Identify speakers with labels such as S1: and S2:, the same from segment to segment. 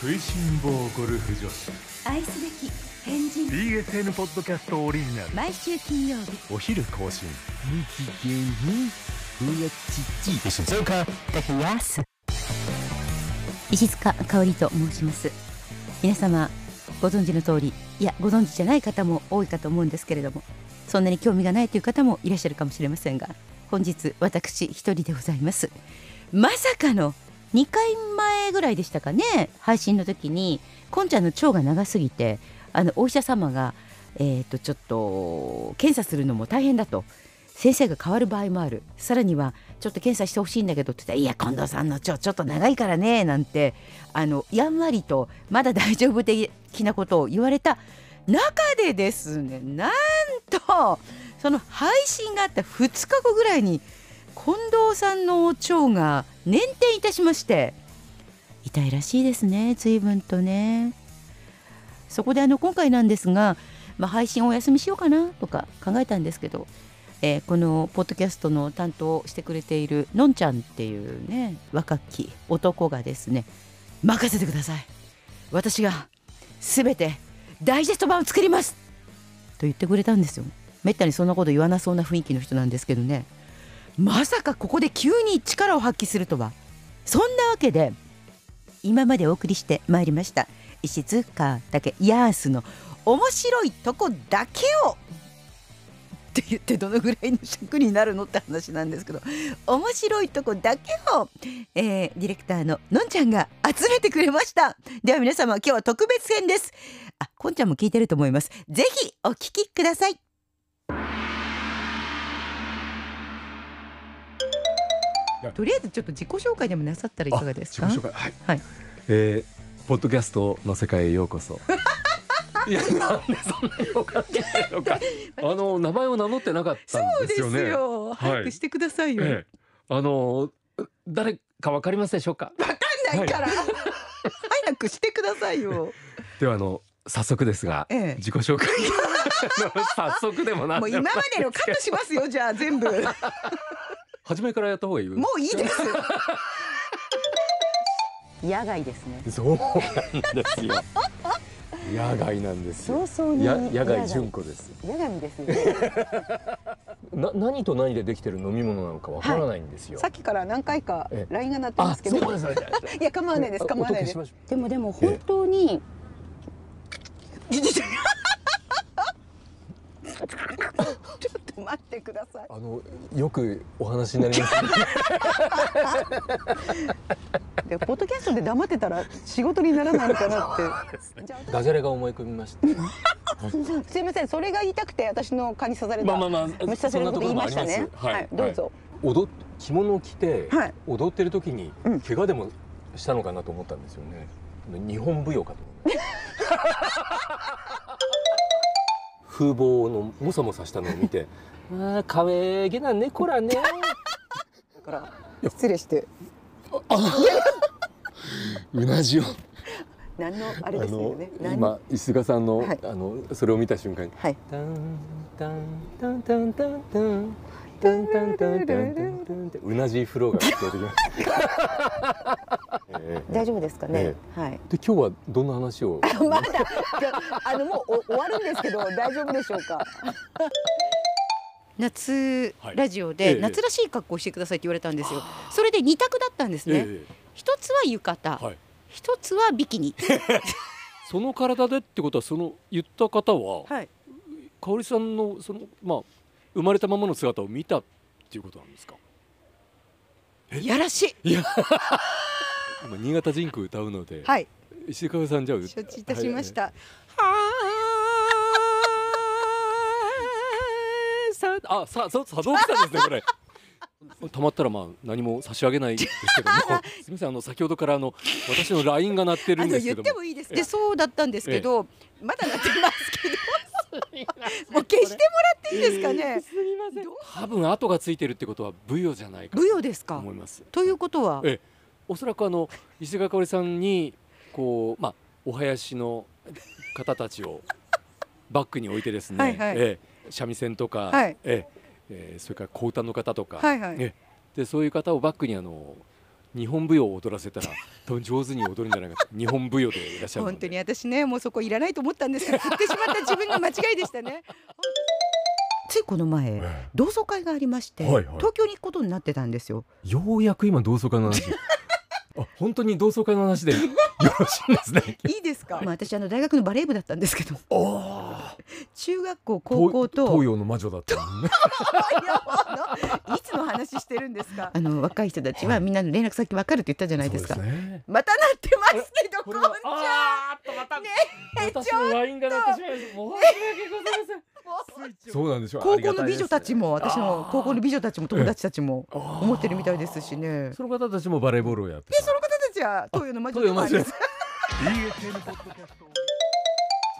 S1: 食いしん坊ゴルフ女子
S2: 愛すべき変人
S3: BSN ポッドキャストオリジナル
S2: 毎週金曜日
S1: お昼更新
S4: 日芸にうやちち
S1: 石塚
S2: 竹安石塚香織と申します皆様ご存知の通りいやご存知じゃない方も多いかと思うんですけれどもそんなに興味がないという方もいらっしゃるかもしれませんが本日私一人でございますまさかの2回前ぐらいでしたかね配信の時にこんちゃんの腸が長すぎてあのお医者様が、えー、とちょっと検査するのも大変だと先生が変わる場合もあるさらにはちょっと検査してほしいんだけどって言ったら「いや近藤さんの腸ちょっと長いからね」なんてあのやんわりとまだ大丈夫的なことを言われた中でですねなんとその配信があった2日後ぐらいに近藤さんの腸が捻転いたしまして痛いらしいですね随分とねそこであの今回なんですが、まあ、配信お休みしようかなとか考えたんですけど、えーこのポッドキャストの担当をしてくれているのんちゃんっていうね若き男がですね任せてください私が全てダイジェスト版を作りますと言ってくれたんですよめったにそんなこと言わなそうな雰囲気の人なんですけどねまさかここで急に力を発揮するとはそんなわけで今までお送りしてまいりました石塚だけヤースの面白いとこだけをって言ってどのぐらいの尺になるのって話なんですけど面白いとこだけを、えーディレクターののんちゃんが集めてくれましたでは皆様今日は特別編ですあこんちゃんも聞いてると思いますぜひお聞きください
S1: や
S2: とりあえずちょっと自己紹介でもなさったらいかがですか
S1: あ自己紹介はい、
S2: はい
S5: えー、ポッドキャストの世界へようこそ。 いやなんでそんなにおかしいのか。あの名前を名乗ってなかった
S2: そう
S5: で
S2: んです
S5: よね。
S2: よ早くしてくださいよ、わ
S5: ええ、あの誰かわかりますでしょうか。
S2: かんないから、早くしてくださいよ
S5: ではあの早速ですが、
S2: ええ
S5: 自己紹介。 あの早速でもな
S2: も
S5: ん
S2: う
S5: で
S2: 今
S5: も
S2: までのカットしますよじゃあ全部も
S5: 初めからやった方がいい。も
S2: ういいです野外ですね
S5: そうなんですよ。野外なんですよ。
S2: 早々に
S5: や野外純子です。
S2: 野外ですね
S5: な何と何でできてる飲み物なのかわからないんですよ。
S6: さっきから何回か
S5: ええ
S6: LINE が鳴ってま
S5: あ
S6: すけ
S5: そ
S6: ど
S5: うですね。
S6: いや構わないです構わないです
S5: お音消しましょう
S2: でもでも本当に
S6: ちょっと待ってください
S5: あのよくお話にな りますね
S6: でポッドキャストで黙ってたら仕事にならないのかなってじゃ
S5: ダジャレが思い込みました。
S6: あすいませんそれが言いたくて私の蚊に刺された、
S5: まあまあまあ
S6: 虫刺されのこと言いましたねはい、どう。ぞ、
S5: 踊っ着物を着て、
S6: はい
S5: 踊ってる時に
S6: うん
S5: 怪我でもしたのかなと思ったんですよね。日本舞踊かと 思いました。風貌のもさもさしたのを 見て、ああ可愛げな猫らね。
S6: だから失礼して
S5: うなじを
S6: 何のあ
S5: あ
S6: れ ですよ
S5: の
S6: ね何
S5: 今石塚さんの、
S6: はい
S5: あのそれを見た瞬間に。
S6: はい
S5: タンタンタンタンタンタンタンタンタンタンタンタンってうなじフローが聞こえてきました。ええ
S6: 大丈夫ですかね
S5: え、
S6: はい
S5: で今日はどんな話を
S6: まだあのもうお終わるんですけど大丈夫でしょうか
S2: 夏
S5: はい
S2: ラジオ
S5: え
S2: で
S5: え
S2: 夏らしい格好をしてくださいって言われたんですよ、それで二択だったんですね
S5: ええ
S2: 一つは浴衣
S5: はい
S2: 一つはビキニ
S5: その体でってことはその言った方は
S2: はい
S5: 香織さんのそのまあ生まれたままの姿を見たっていうことなんですか。
S2: やらしい
S5: 今新潟人空歌うので、
S2: はい
S5: 石川さんじゃあ
S2: 承知いたしました、
S5: さあ、さ、そう、佐藤さんですね、これ。たまったら、まあ、何も差し上げないですけ ども。すみません、あの、先ほどから、あの、私のラインが鳴ってる
S2: あ
S5: ん
S2: の
S5: です
S2: 言
S5: け
S2: っ
S5: ど
S2: て
S5: も。
S2: もいいですかでそうだったんですけど、まだなってますけどもう消してもらっていいですか ね
S5: 多分、後がついてるってことは、ブヨじゃないか。
S2: 舞踊です
S5: と
S2: か
S5: 思います。
S2: ということは
S5: えおそらく、あの、石川香織さんに、こう、まあ、お囃子の方たちを。バックに置いてですね。
S2: はいはい
S5: ええ三味線とか、
S2: はい
S5: ええええそれから、小唄の方とか。
S2: はいはい
S5: えでそういう方をバックにあの日本舞踊を踊らせたら多分上手に踊るんじゃないかと日本舞踊でいらっしゃるの
S2: 本
S5: で
S2: 当に私ねもうそこいらないと思ったんですけど振ってしまった自分が間違いでしたね ついこの前
S1: え
S2: 同窓会がありまして、
S1: はいはい
S2: 東京に行くことになってたんですよ
S5: ようやく今同窓会の話 あ本当に同窓会の話でよろしいんですね
S2: いいですか、まあ、私あの大学のバレー部だったんですけど中学校高校と
S1: 東洋の魔女だったのね
S2: いつの話してるんですかあの若い人たちはみんなの連絡先わかるって言ったじゃないですか
S1: そうね
S2: またなってますけどこんちゃ
S5: あ
S2: ん
S5: ーっとまた、ね、私のワインがなってしまいました申し訳ございません
S1: そうなんでしょう
S2: 高校の美女たちも私の高校の
S5: の
S2: 美女たちも友達たちも思
S5: 思
S2: ってるみたいですしね
S5: その方たちもバレーボールをやって
S2: でその方たちは東洋の魔女でもあります
S3: BSN ポッドキャストオリジ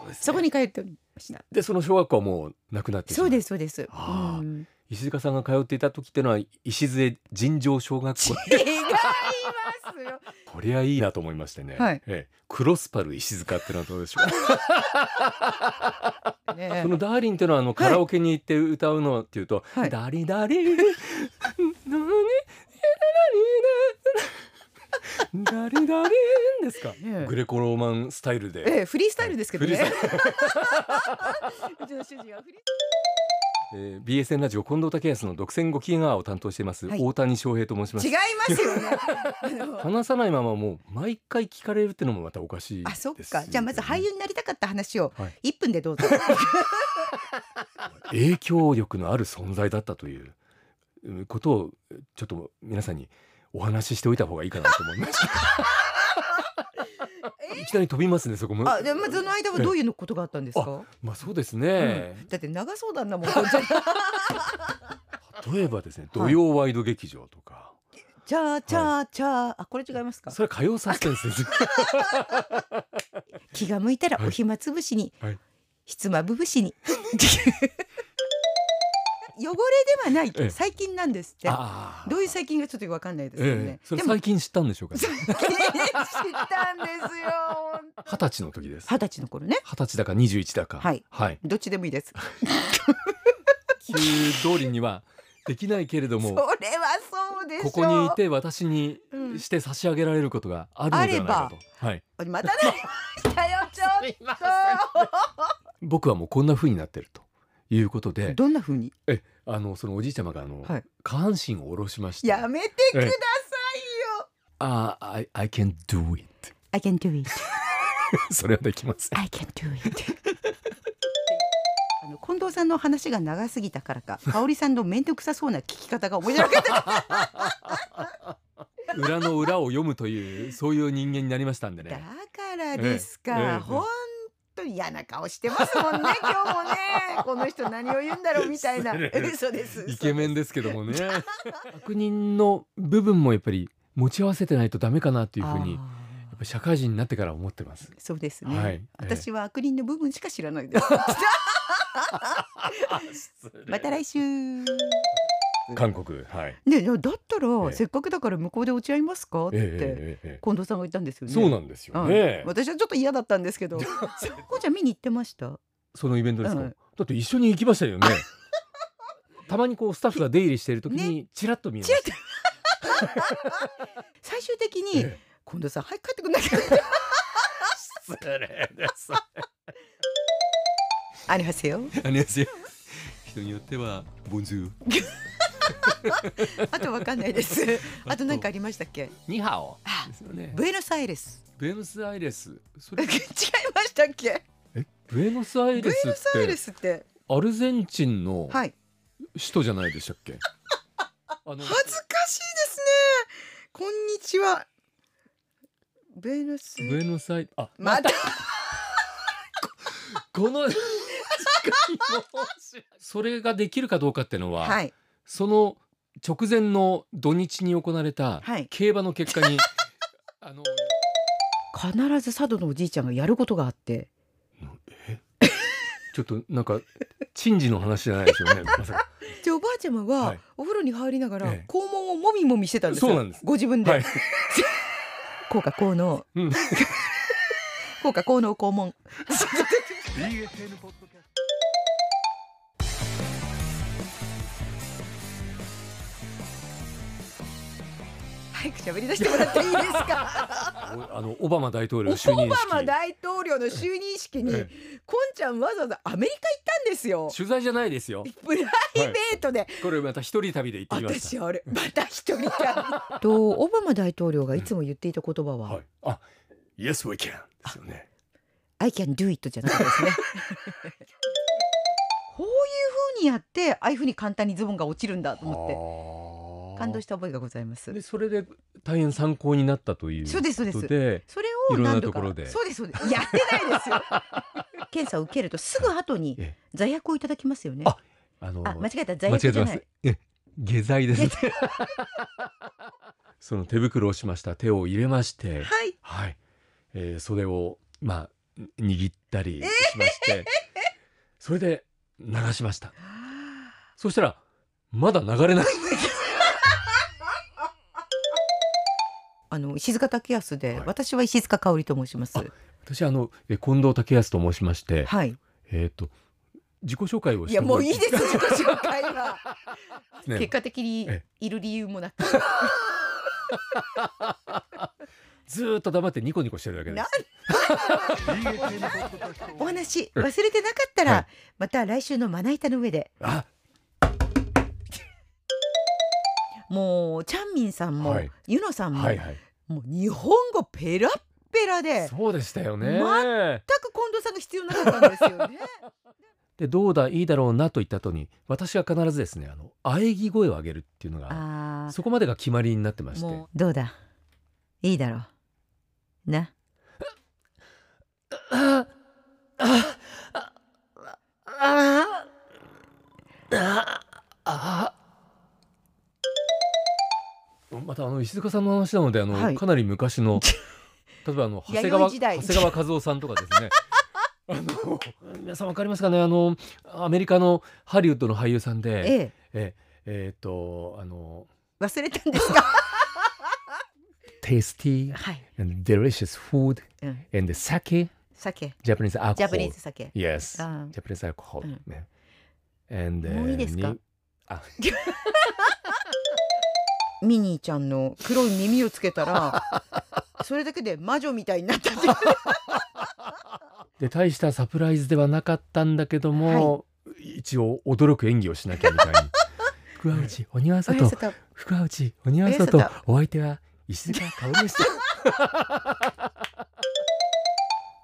S3: ナル
S2: そこに通っておりました
S5: でその小学校はもうなくなってしま
S2: そうですそうです、
S5: あー
S2: うん
S5: 石塚さんが通っていた時ってのは石杖尋常小学校
S2: 違いますよ
S5: これはいいなと思いましてね、
S2: はい
S5: ええ、クロスパル石塚ってのはどうで しょう
S2: ね
S5: そのダーリンっていうのはあのカラオケに行って歌うのっていうと、
S2: はい
S5: ダリダリんなにダリダリンですか、
S2: え
S5: グレコローマンスタイルで、
S2: ええフリースタイルですけどね
S5: フリースタイル
S2: うちの主人はフリー
S5: えー BSN ラジオ近藤武康の独占ご機嫌アワーを担当しています、
S2: はい
S5: 大谷翔平と申しま
S2: 違
S5: す
S2: いますよねあの
S5: 話さないままもう毎回聞かれるっていうのもまたおかしい
S2: あ、そっ
S5: ですよ
S2: か。
S5: ね
S2: じゃあまず俳優になりたかった話を
S5: はい
S2: 一分でどう ぞ。
S5: 影響力のある存在だったといううんことをちょっと皆さんにお話ししておいた方がいいかなと思いました。いきなり飛びますねそこも。
S2: あ、でまあその間はどういうことがあったんですか。
S5: まあそうですね。
S2: だって長そうだなもん。こんちゃん
S5: 例えばですね
S2: は
S5: 土
S2: い
S5: 曜ワイド劇場とか、
S2: チャーチャーチャー。あ、これ違いますか。
S5: それは火曜サスペンスです。
S2: 気が向いたら
S5: はい
S2: お暇つぶしに、
S5: はい
S2: ひつまぶぶしに。汚れではない
S5: え
S2: と
S5: え
S2: 細菌なんですって。
S5: ああ
S2: どういう細菌がちょっとよくわかんないですけど
S5: え
S2: ね
S5: え。それ
S2: でも
S5: 最近知ったんでしょうか、ね。
S2: 知ったんですよ。
S5: 二十歳の時です。
S2: 二十歳の頃ね。
S5: 二十歳だか二十一だか。
S2: はい
S5: はい。
S2: どっちでもいいです。
S5: 旧通りにはできないけれど
S2: それ
S5: も。
S2: はそうでしょう。
S5: ここにいて私に
S2: うん
S5: して差し上げられることがあるのではないかと、はい、
S2: また ね。来たよちょっと。
S5: 僕はもうこんな風になってるということで
S2: どんな風に
S5: あのそのおじいちゃまがあの、
S2: はい
S5: 下半身を下ろしまして
S2: やめてくださいよ。
S5: ああ、I, I can do it
S2: I can do it.
S5: それはできません
S2: I can do it. あの近藤さんの話が長すぎたか らか、香織さんの面倒くさそうな聞き方が面白かった。
S5: 裏の裏を読むというそういう人間になりましたんで
S2: だ
S5: ね
S2: からです
S5: ええええ
S2: か。本当に嫌な顔してますもんね。今日もね、 この人何を言うんだろうみたいな。嘘です。
S5: イケメン
S2: で
S5: ですけども ね悪人の部分もやっぱり持ち合わせてないとダメかなというふうにやっぱ社会人になってから思ってます
S2: そうですね。
S5: はい
S2: 私は悪人の部分しか知らないです。 また来週。
S5: 韓国はい
S2: ね、いやだったら、
S5: ええ
S2: せっかくだから向こうで落ち合いますかって、
S5: えええええ
S2: 近藤さんが言ったんです
S5: え
S2: よね。
S5: そうなんですよ
S2: はい
S5: ね、
S2: 私はちょっと嫌だったんです けど、そこじゃ見に行ってました。
S5: そのイベントですか、
S2: うん
S5: だって一緒に行きましたよ ねたまにこうスタッフが出入りしている時にチラッと見えま
S2: 違
S5: す
S2: う。 最終的に、
S5: ええ
S2: 近藤さん、早く帰ってくんなきゃ。
S5: 失礼です。
S2: ありますよ。
S5: ありますよ。人によってはボンジュー。
S2: あとわかんないです。 あと何かありましたっけ。
S5: ニハオ
S2: あ
S5: ですよね。
S2: ブエノスアイレス。
S5: ブエノスアイレス。そ
S2: 違
S5: れ
S2: いましたっけ。
S5: ブエノスアイ
S2: ブ
S5: レ
S2: エ
S5: ス
S2: ノスア
S5: っ
S2: イレ
S5: て
S2: スって、
S5: アルゼンチンの
S2: はい、
S5: 首都じゃないでしたっ け？あの
S2: 恥ずかしいですね。こんにちは。ブエノス。
S5: ブエノスアイあ
S2: また。
S5: この近いのそれができるかどうかってのは、
S2: はい。
S5: その直前の土日に行われた
S2: はい
S5: 競馬の結 果に、あの
S2: 必ず佐渡のおじいちゃんがやることがあって
S5: ちょっとなんか珍事の話じゃないですよ ね。まさか。
S2: でおばあちゃま
S5: は
S2: はいお風呂に入りながら
S5: ええ
S2: 肛門をもみもみしてたんですよ
S5: そうなんです
S2: ご自分で、
S5: はい。
S2: こうかこうの
S5: うん
S2: こうかこうの肛門
S3: BSN ポッドキャスト
S2: は
S7: 早く喋り出してもらっていいですか
S5: お あのオバマ大統領就
S7: オバ
S5: 任式
S7: マ大統領の就任式に、
S8: え
S7: こんちゃんわざわざアメリカ行ったんですよ
S5: 取材じゃないですよ
S7: プライベートで、
S5: これまた一人旅で行ってきまし
S7: 私
S5: た
S7: あれまた一人か
S2: とオバマ大統領がいつも言っていた言葉は、
S8: はい。あ、Yes we can ですよね。
S2: I can do it じゃなかったですね こういう風にやってああいう風に簡単にズボンが落ちるんだと思って感動した覚えがございます
S5: でそれで大変参考になったという
S2: そうですそうです
S5: ことで
S2: それ
S5: い
S2: を
S5: ろんな
S2: 何度か
S5: ところで
S2: そうですそうですやってないです よ検査を受けるとすぐ後に
S5: ええ
S2: 座薬をいただきますよね
S5: ああの
S2: あ間違えた座
S5: 間違え
S2: 薬じ
S5: て
S2: ゃ
S5: ま
S2: な
S5: す
S2: い。
S5: え下剤です。 その手袋をしました手を入れまして、
S7: はい
S5: はい、えー、袖をまあん握ったりしまして、それで流しました。そしたらまだ流れない。
S2: あの石塚竹康
S5: は
S2: で、
S5: い
S2: 私は石塚香織と申します
S5: あ私あのえ近藤武康と申しまして、
S2: はい
S5: えっ、と自己紹介をして
S7: いやもういいです自己紹介 は
S5: すね
S2: 結果的に
S5: え
S2: いる理由もなく
S5: ずーっと黙ってニコニコしてるだけです。
S9: BFM ポッドキャスト
S2: お話忘れてなかったら、
S5: はい
S2: また来週のまな板の上で
S5: あ
S2: もうチャンミンさんも、
S5: はい
S2: ユノさんも、
S5: はいはい。
S2: もう日本語ペラッペラで全く
S5: そうでしたよね。
S2: 近藤さんが必要なかったんですよ ね
S5: でどうだいいだろうなと言った後に私は必ずですねあの喘ぎ声を上げるっていうのが
S2: あ
S5: そこまでが決まりになってま
S2: あ
S5: して
S2: もうどうだいいだろうな
S5: またあの石塚さんの話なのであの、
S2: はい
S5: かなり昔 の例えばあの長谷
S7: 弥
S5: 川
S7: 生時代
S5: 長谷川和夫さんとか ですねあの皆さんわかりますかねあのアメリカのハリウッドの俳優さんで
S2: ええ
S5: ええーっとあの
S2: 忘れたんで すか
S5: tasty
S2: はい、
S5: and delicious food
S2: うん、
S5: and sake
S2: 酒
S5: Japanese alcohol
S2: ジャパニーズ酒
S5: Yes.
S2: あー
S5: Japanese alcohol.
S2: うん
S5: ね And,
S2: もういいですか
S5: uh, にあ
S2: ミニーちゃんの黒い耳をつけたらそれだけで魔女みたいになっ たって
S5: で大したサプライズではなかったんだけども、一応驚く演技をしなきゃみ たいに。福は内鬼は
S2: おや
S5: 里
S2: すみと
S5: 福は内鬼は
S2: お
S5: 里
S2: やす
S5: お相手は石塚香織で した。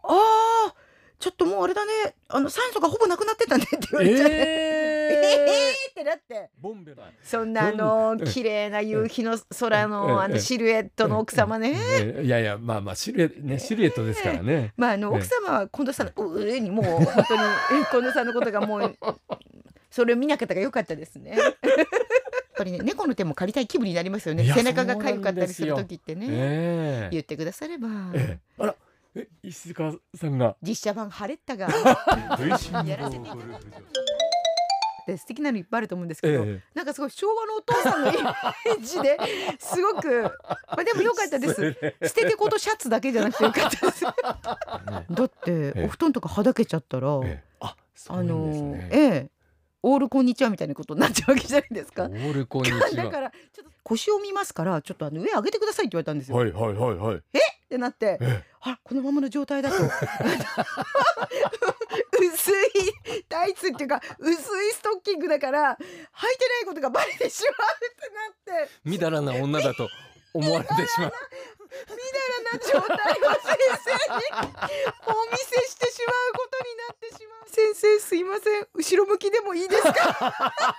S2: ああちょっともうあれだねあの酸素がほぼなくなってたねって言われちゃって、
S5: えー
S7: ってなって
S5: ボンベラ。
S7: そんなあの
S5: うん
S7: 綺麗な夕日の空
S5: うん
S7: のあのシルエットの奥様ね
S5: えー。いやいやまあまあシルエねシルエットですからね。
S2: まああの
S5: ね
S2: 奥様は近藤さんの上にもう本当に近藤さんのことがもうそれを見なかったが良かったですねやっぱりね猫の手も借りたい気分になりますよね
S5: いや
S2: 背中が痒かったりする時ってね
S5: え
S2: 言ってくだされば
S5: えあらえ石塚さん が
S2: 実写版晴れ たが
S8: 類心
S2: やらせてい
S8: 棒
S2: た
S8: ゴル
S2: だ
S8: フ場。
S2: で素敵なのいっぱいあると思うんですけど、
S5: え
S2: なんかすごい昭和のお父さんのイメージですごく、 まあ、でも良かったです
S5: え。
S2: 捨ててことシャツだけじゃなくてよかった です。だって
S5: え
S2: お布団とかはだけちゃったら、
S5: えあそ
S2: あ
S5: うなんです
S2: の
S5: ね。
S2: ええオールこんにちはみたいなことになっちゃうわけじゃないです
S5: オ
S2: か。
S5: ールこんにち
S2: だ
S5: は。
S2: からちょっと腰を見ますからちょっとあの上上げてくださいって言われたんですよ。っ
S5: はいはいはいはい。
S2: てなって、
S5: え
S2: あこのままの状態だと 薄いタイツっていうか薄いストッキングだから履いてないことがバレてしまうってなって。
S5: みだらな女だと思われてしまう。
S2: みだらな状態を先生にお見せしてしまうことになってしまう先生すいません後ろ向きでもいいですか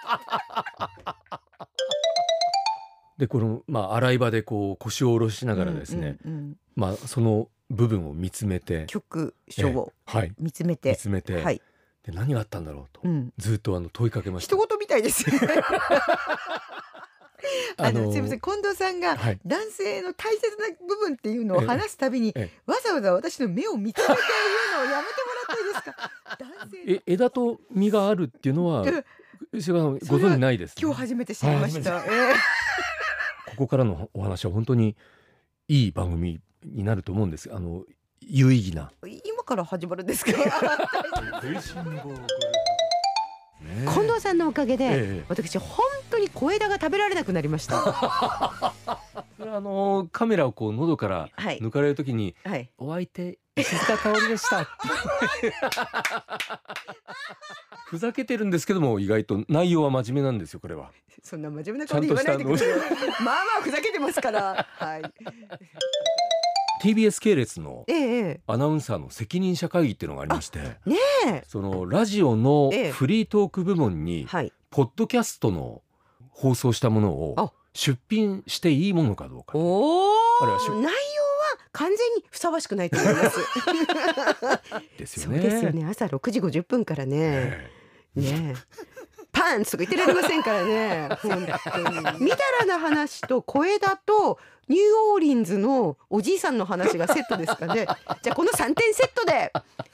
S5: でこのまあ洗い場でこう腰を下ろしながらですね、
S2: うんうんうん
S5: まあその部分を見つめて、
S2: 局所を
S5: はい、
S2: 見つめ
S5: 見
S2: て
S5: つめて、
S2: はい、
S5: で何があったんだろうと、
S2: うん、
S5: ずっとあの問いかけました
S2: 人。事みたいですよねあの
S5: ー
S2: すいません近藤さんが
S5: はい。
S2: 男性の大切な部分っていうのを話すたびに、
S5: え
S2: わざわざ私の目を見つめて言うのをやめてもらっていいですか男性の
S5: え枝と実があるっていうのは
S2: うん
S5: 石川さん
S2: そ
S5: ご
S2: れは
S5: 存知ないです、ね。
S2: 今日初めて知りました、ええ
S5: ここからのお話は本当にいい番組になると思うんです。あの有意義な。
S2: 今から始まるんですか
S8: 類心棒ゴルフ
S2: 近藤さんのおかげで、
S5: ええ
S2: 私本当に小枝が食べられなくなりました
S5: それあのカメラをこう喉から
S2: はい
S5: 抜かれるときに、
S2: はい
S5: お相手石塚香織でした。 ふざけてるんですけども意外と内容は真面目なんですよこれは。
S2: そんな真面目な顔で言わないでくださいまあまあふざけてますからはい
S5: TBS 系列の
S2: えええ
S5: アナウンサーの責任者会議っていうのがありまして、
S2: え
S5: そのラジオの
S2: ええ
S5: フリートーク部門
S2: え
S5: に
S2: はい
S5: ポッドキャストの放送したもの
S2: あ
S5: を出品していいものかどうか。
S2: おお
S5: あれはし
S2: 内
S5: ょ
S2: 容は完全にふさわしくないと思います
S5: です
S2: そ
S5: よね。
S2: うですよね朝6時50分からね
S5: え
S2: ねえパンツとか言ってられませんからね本当にみだらな話と小枝とニューオーリンズのおじいさんの話がセットですかねじゃあこの3点セットで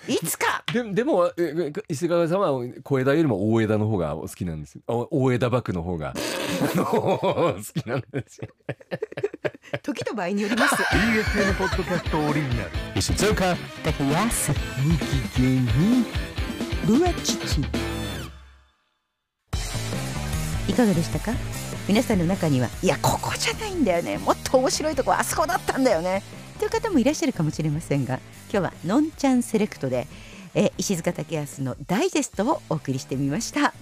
S2: いつか
S5: えででもええ石川さんは小枝よりも大枝の方がお好きなんですよ。あ大枝バクの方があの 好きなんです よ。
S2: 時と場合によります
S10: BSN ポッドキャストオリジナル
S5: 静岡
S11: 無期限に
S12: ブワチッチ
S3: いかがでしたか皆さんの中にはい
S13: やここじゃないんだよねもっと面白いとこあそこだったんだよね
S3: という方もいらっしゃるかもしれませんが今日は「のんちゃんセレクトで」えー石塚武康のダイジェストをお送りしてみました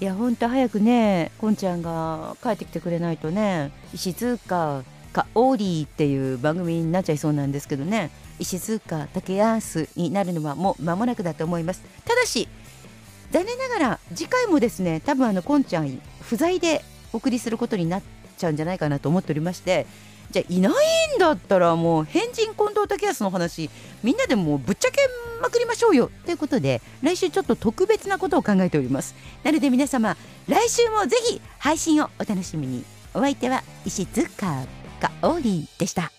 S3: いやほんと早くねこんちゃんが帰ってきてくれないとね石塚かオーリーっていう番組になっちゃいそうなんですけどね石塚武康になるのはもう間もなくだと思いますただし残念ながら次回もですね多分あのこんちゃん不在でお送りすることになっちゃうんじゃないかなと思っておりましてじゃあいないだったらもう変人近藤武康の話みんなでもうぶっちゃけまくりましょうよということで来週ちょっと特別なことを考えておりますなので皆様来週もぜひ配信をお楽しみにお相手は石塚香織でした